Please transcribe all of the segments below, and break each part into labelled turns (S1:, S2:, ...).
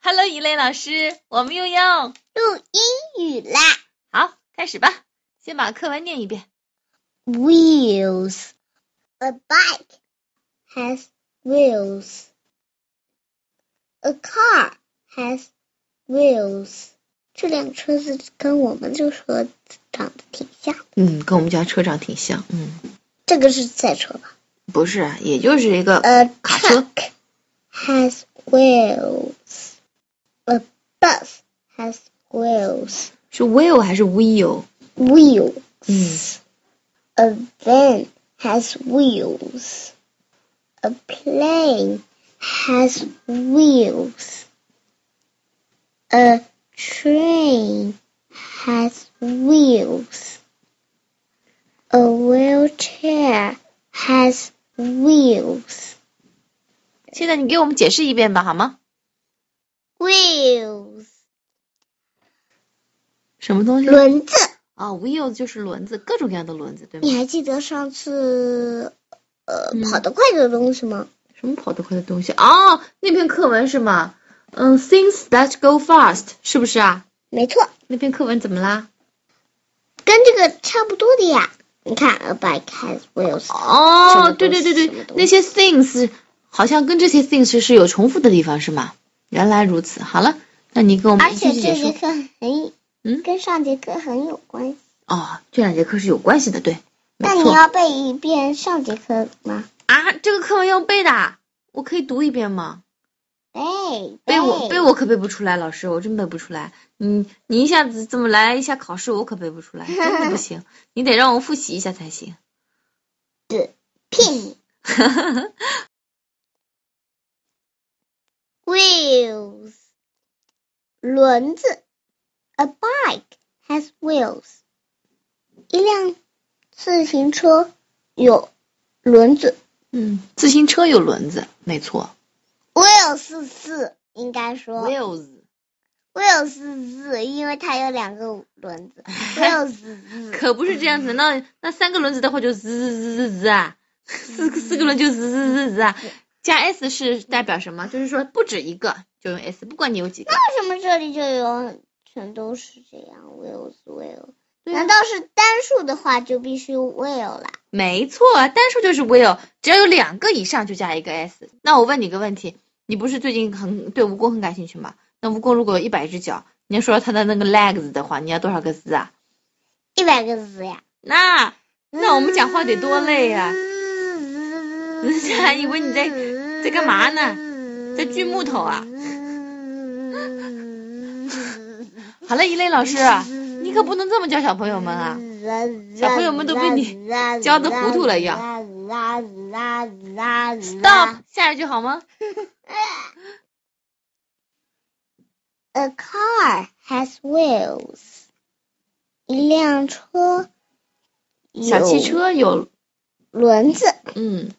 S1: Hello，一类老师，我们又要
S2: 录英语啦。
S1: 好，开始吧。先把课文念一遍。
S2: Wheels. A bike has wheels. A car has wheels. 这辆车子跟我们这车子长得挺像的。
S1: 嗯，跟我们家车长挺像。嗯，
S2: 这个是赛车吧
S1: 不是啊，也就是一个
S2: ？A
S1: 卡车
S2: truck has wheels. A bus has wheels.
S1: 是 will 还是 will？
S2: Wheel.
S1: 嗯
S2: A van has wheels. A plane has wheels. A train has wheels. A wheelchair has wheels.
S1: 现在你给我们解释一遍吧，好吗？
S2: Wheels.
S1: 什么东西？
S2: 轮子，
S1: 啊、w h e e l 就是轮子，各种各样的轮子，对吗
S2: 你？还记得上次呃、
S1: 嗯
S2: 跑得快的东西吗？
S1: 什么跑得快的东西？哦，那篇课文是吗？嗯，things that go fast 是不是啊？
S2: 没错。
S1: 那篇课文怎么啦？
S2: 跟这个差不多的呀。你看，a 呃 bike has wheels，什么
S1: 哦，
S2: 东
S1: 对对对
S2: 西什么
S1: 对，
S2: 东西
S1: 那些 things 好像跟这些 things 是有重复的地方是吗？原来如此，好了，那你给我
S2: 而
S1: 们继
S2: 且
S1: 续
S2: 这
S1: 解
S2: 节
S1: 说。
S2: 课很，
S1: 嗯
S2: 跟上节课很有关系。
S1: 哦，这两节课是有关系的，对，没
S2: 那你
S1: 错。
S2: 要背一遍上节课吗？
S1: 啊，这个课文要背的，我可以读一遍吗？
S2: 背
S1: 背我背我可背不出来，老师，我真背不出来。你你一下子这么来一下考试，我可背不出来，真的不 行。你得让我复习一下才行。
S2: 骗 你。Wheels，轮子。A bike has wheels。一辆自行车有轮子。
S1: 嗯，自行车有轮子，没错。
S2: Will 是四，应该说
S1: wheels
S2: Will 是四，因为它有两个轮子。Will 是四，
S1: 可不是这样子，那那三个轮子的话就滋滋滋滋滋啊，四个四个轮就滋滋滋滋啊。加 s 是代表什么？就是说不止一个，就用 s，不管你有几个。
S2: 为什么这里就有全都是这样？Will 是 Will，
S1: 对啊
S2: 难道是单数的话就必须 Will 啦？
S1: 没错，单数就是 will，只要有两个以上就加一个 s。那我问你个问题，你不是最近很对蜈蚣很感兴趣吗？那蜈蚣如果有一百只脚，你要说它的那个 legs 的话，你要多少个 z 啊？
S2: 一百个字呀？
S1: 那那我们讲话得多累 啊呀、
S2: 嗯
S1: 还以为你在在干嘛呢在锯木头 啊？好了，一类老师，啊
S2: 嗯
S1: 你可不能这么教小朋友们啊！小朋友们都被你教得糊涂了一样。
S2: Stop. 嗯
S1: Stop，下一句好吗？
S2: A car has wheels. 一辆车
S1: 小汽车有，
S2: 有轮子。
S1: 嗯，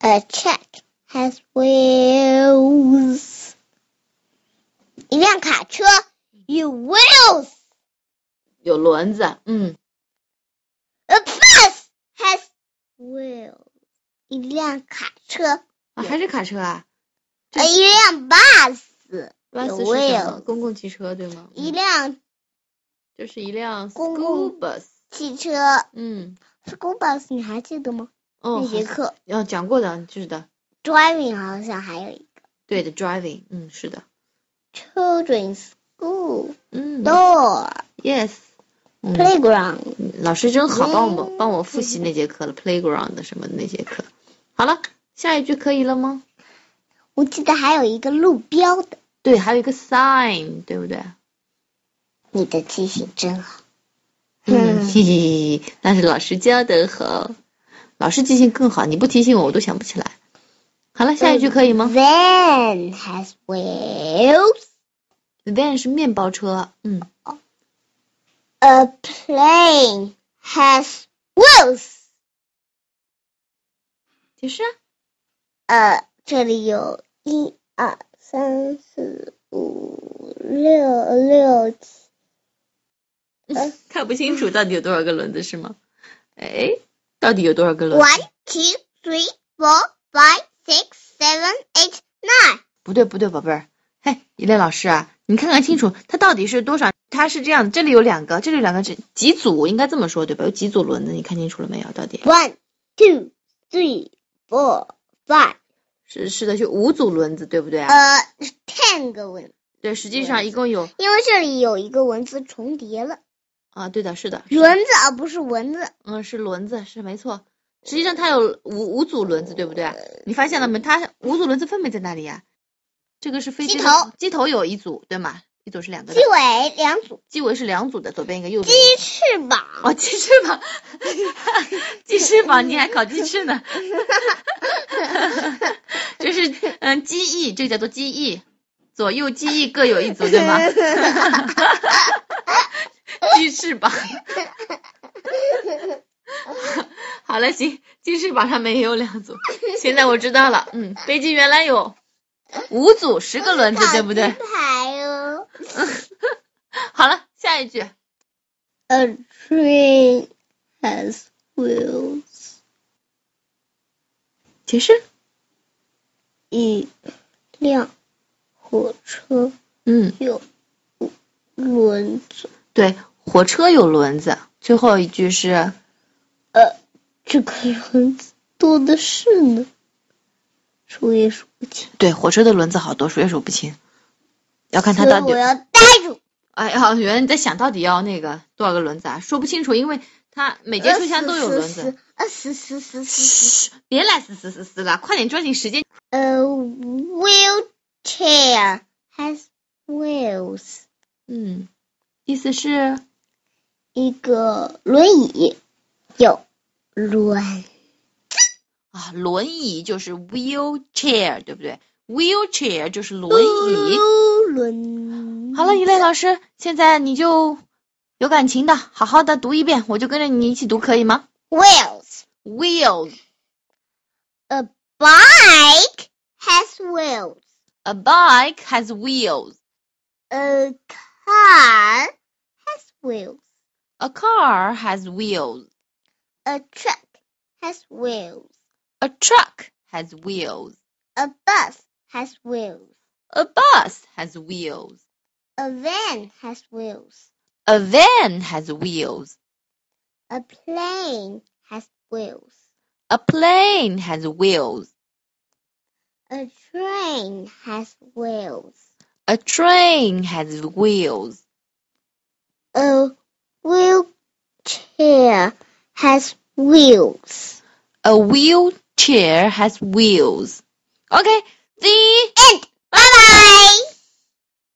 S2: A check has wheels. 一辆卡车有 wheels.
S1: 有轮子，嗯，
S2: A bus has wheels. 一辆卡车，呃，
S1: 啊，还是卡车啊？这
S2: 一辆 bus 有
S1: bus 是什么？
S2: wheels，
S1: 公共汽车对吗？
S2: 一
S1: 嗯
S2: 辆
S1: 这是一辆
S2: 公
S1: school
S2: 共
S1: bus，
S2: 汽车。
S1: 嗯，
S2: school bus 你还记得吗？
S1: 哦，
S2: 那
S1: 好
S2: 节
S1: 像
S2: 课
S1: 哦讲过的，就是的，
S2: driving 好像还有一
S1: 对的，driving，嗯，是的，
S2: children school
S1: 嗯
S2: door
S1: ，yes，嗯，
S2: playground。
S1: 老师真好，帮我
S2: 嗯
S1: 帮我复习那节课了，playground 什么的那节课。好了，下一句可以了吗？
S2: 我记得还有一个路标的。
S1: 对，还有一个 sign，对不对？
S2: 你的记性真好。
S1: 嗯，
S2: 嗯，
S1: 嘿嘿嘿，但是老师教的好，老师记性更好，你不提醒我，我都想不起来。好了，下一句可以吗
S2: Van has wheels.
S1: ？van 是面包车，嗯，
S2: A plane has wheels.
S1: 解释啊。
S2: 呃，这里有一二三四五六六七，
S1: 看不清楚到底有多少个轮子是吗？哎，到底有多少个轮子？
S2: one two three four
S1: 对，不对，宝贝儿。嘿，一类老师啊，你看看清楚，它到底是多少？它是这样，这里有两个，这里有两个，这几组应该这么说对吧？有几组轮子？你看清楚了没有？到底
S2: One, two, three, four, five.
S1: 是是的，是五组轮子对不对啊？
S2: 呃，是 penguin，
S1: 对，实际
S2: 轮
S1: 上一共有
S2: 因为这里有一个文字重叠了，
S1: 啊，对的，是的，是的
S2: 轮子而不是蚊子。
S1: 嗯，是轮子，是没错。实际上它有五五组轮子，对不对？你发现了没？它五组轮子分别在哪里呀、这个是飞机
S2: 鸡
S1: 的
S2: 头，
S1: 鸡头有一组，对吗？一组是两个
S2: 鸡
S1: 的，
S2: 尾两组，
S1: 鸡尾是两组的，左边一个，右边
S2: 鸡
S1: 一个。
S2: 翅膀，
S1: 哦，鸡翅膀，鸡翅膀，你还烤鸡翅呢？ 这是嗯，鸡翼，这个叫做鸡翼，左右鸡翼各有一组，对吗？ 鸡翅膀。 好了，行，鸡翅膀上面也有两组，现在我知道了。嗯，飞机原来有五组十个轮子，对不对
S2: 烤？鸡排哦。
S1: 好了，下一句
S2: A train has wheels.
S1: 解释。
S2: 一辆火车
S1: 嗯，
S2: 有轮子。
S1: 对，火车有轮子。最后一句是
S2: 呃，这个轮子多的是呢，数也数不清。
S1: 对，火车的轮子好多，数也数不清，要看它
S2: 所以
S1: 到底
S2: 我。要呆住。
S1: 哎呀，原来你在想到底要那个多少个轮子啊？说不清楚，因为它每节车厢都有轮子。。
S2: 呃，死死死死死。呃
S1: 嘘，别来死死死死了，快点抓紧时间。
S2: A wheelchair has wheels。
S1: 嗯，意思是
S2: 一个轮椅有轮，
S1: 啊，轮椅就是 wheelchair，对不对？wheelchair 就是轮椅。
S2: 轮。
S1: 好了，一类老师，现在你就有感情的，好好的读一遍，我就跟着你一起读，可以吗
S2: Wheels.
S1: ？Wheels,
S2: A bike has wheels.
S1: a bike has wheels.
S2: A car has wheels.
S1: A car has wheels.
S2: A truck has wheels.
S1: A truck has wheels.
S2: A bus has wheels.
S1: A bus has wheels.
S2: A van has wheels.
S1: A van has wheels.
S2: A plane has wheels.
S1: A plane has wheels.
S2: A train has wheels.
S1: A train has wheels.
S2: A wheelchair has wheels.
S1: A wheelchair has wheels. Okay, the
S2: Bye bye!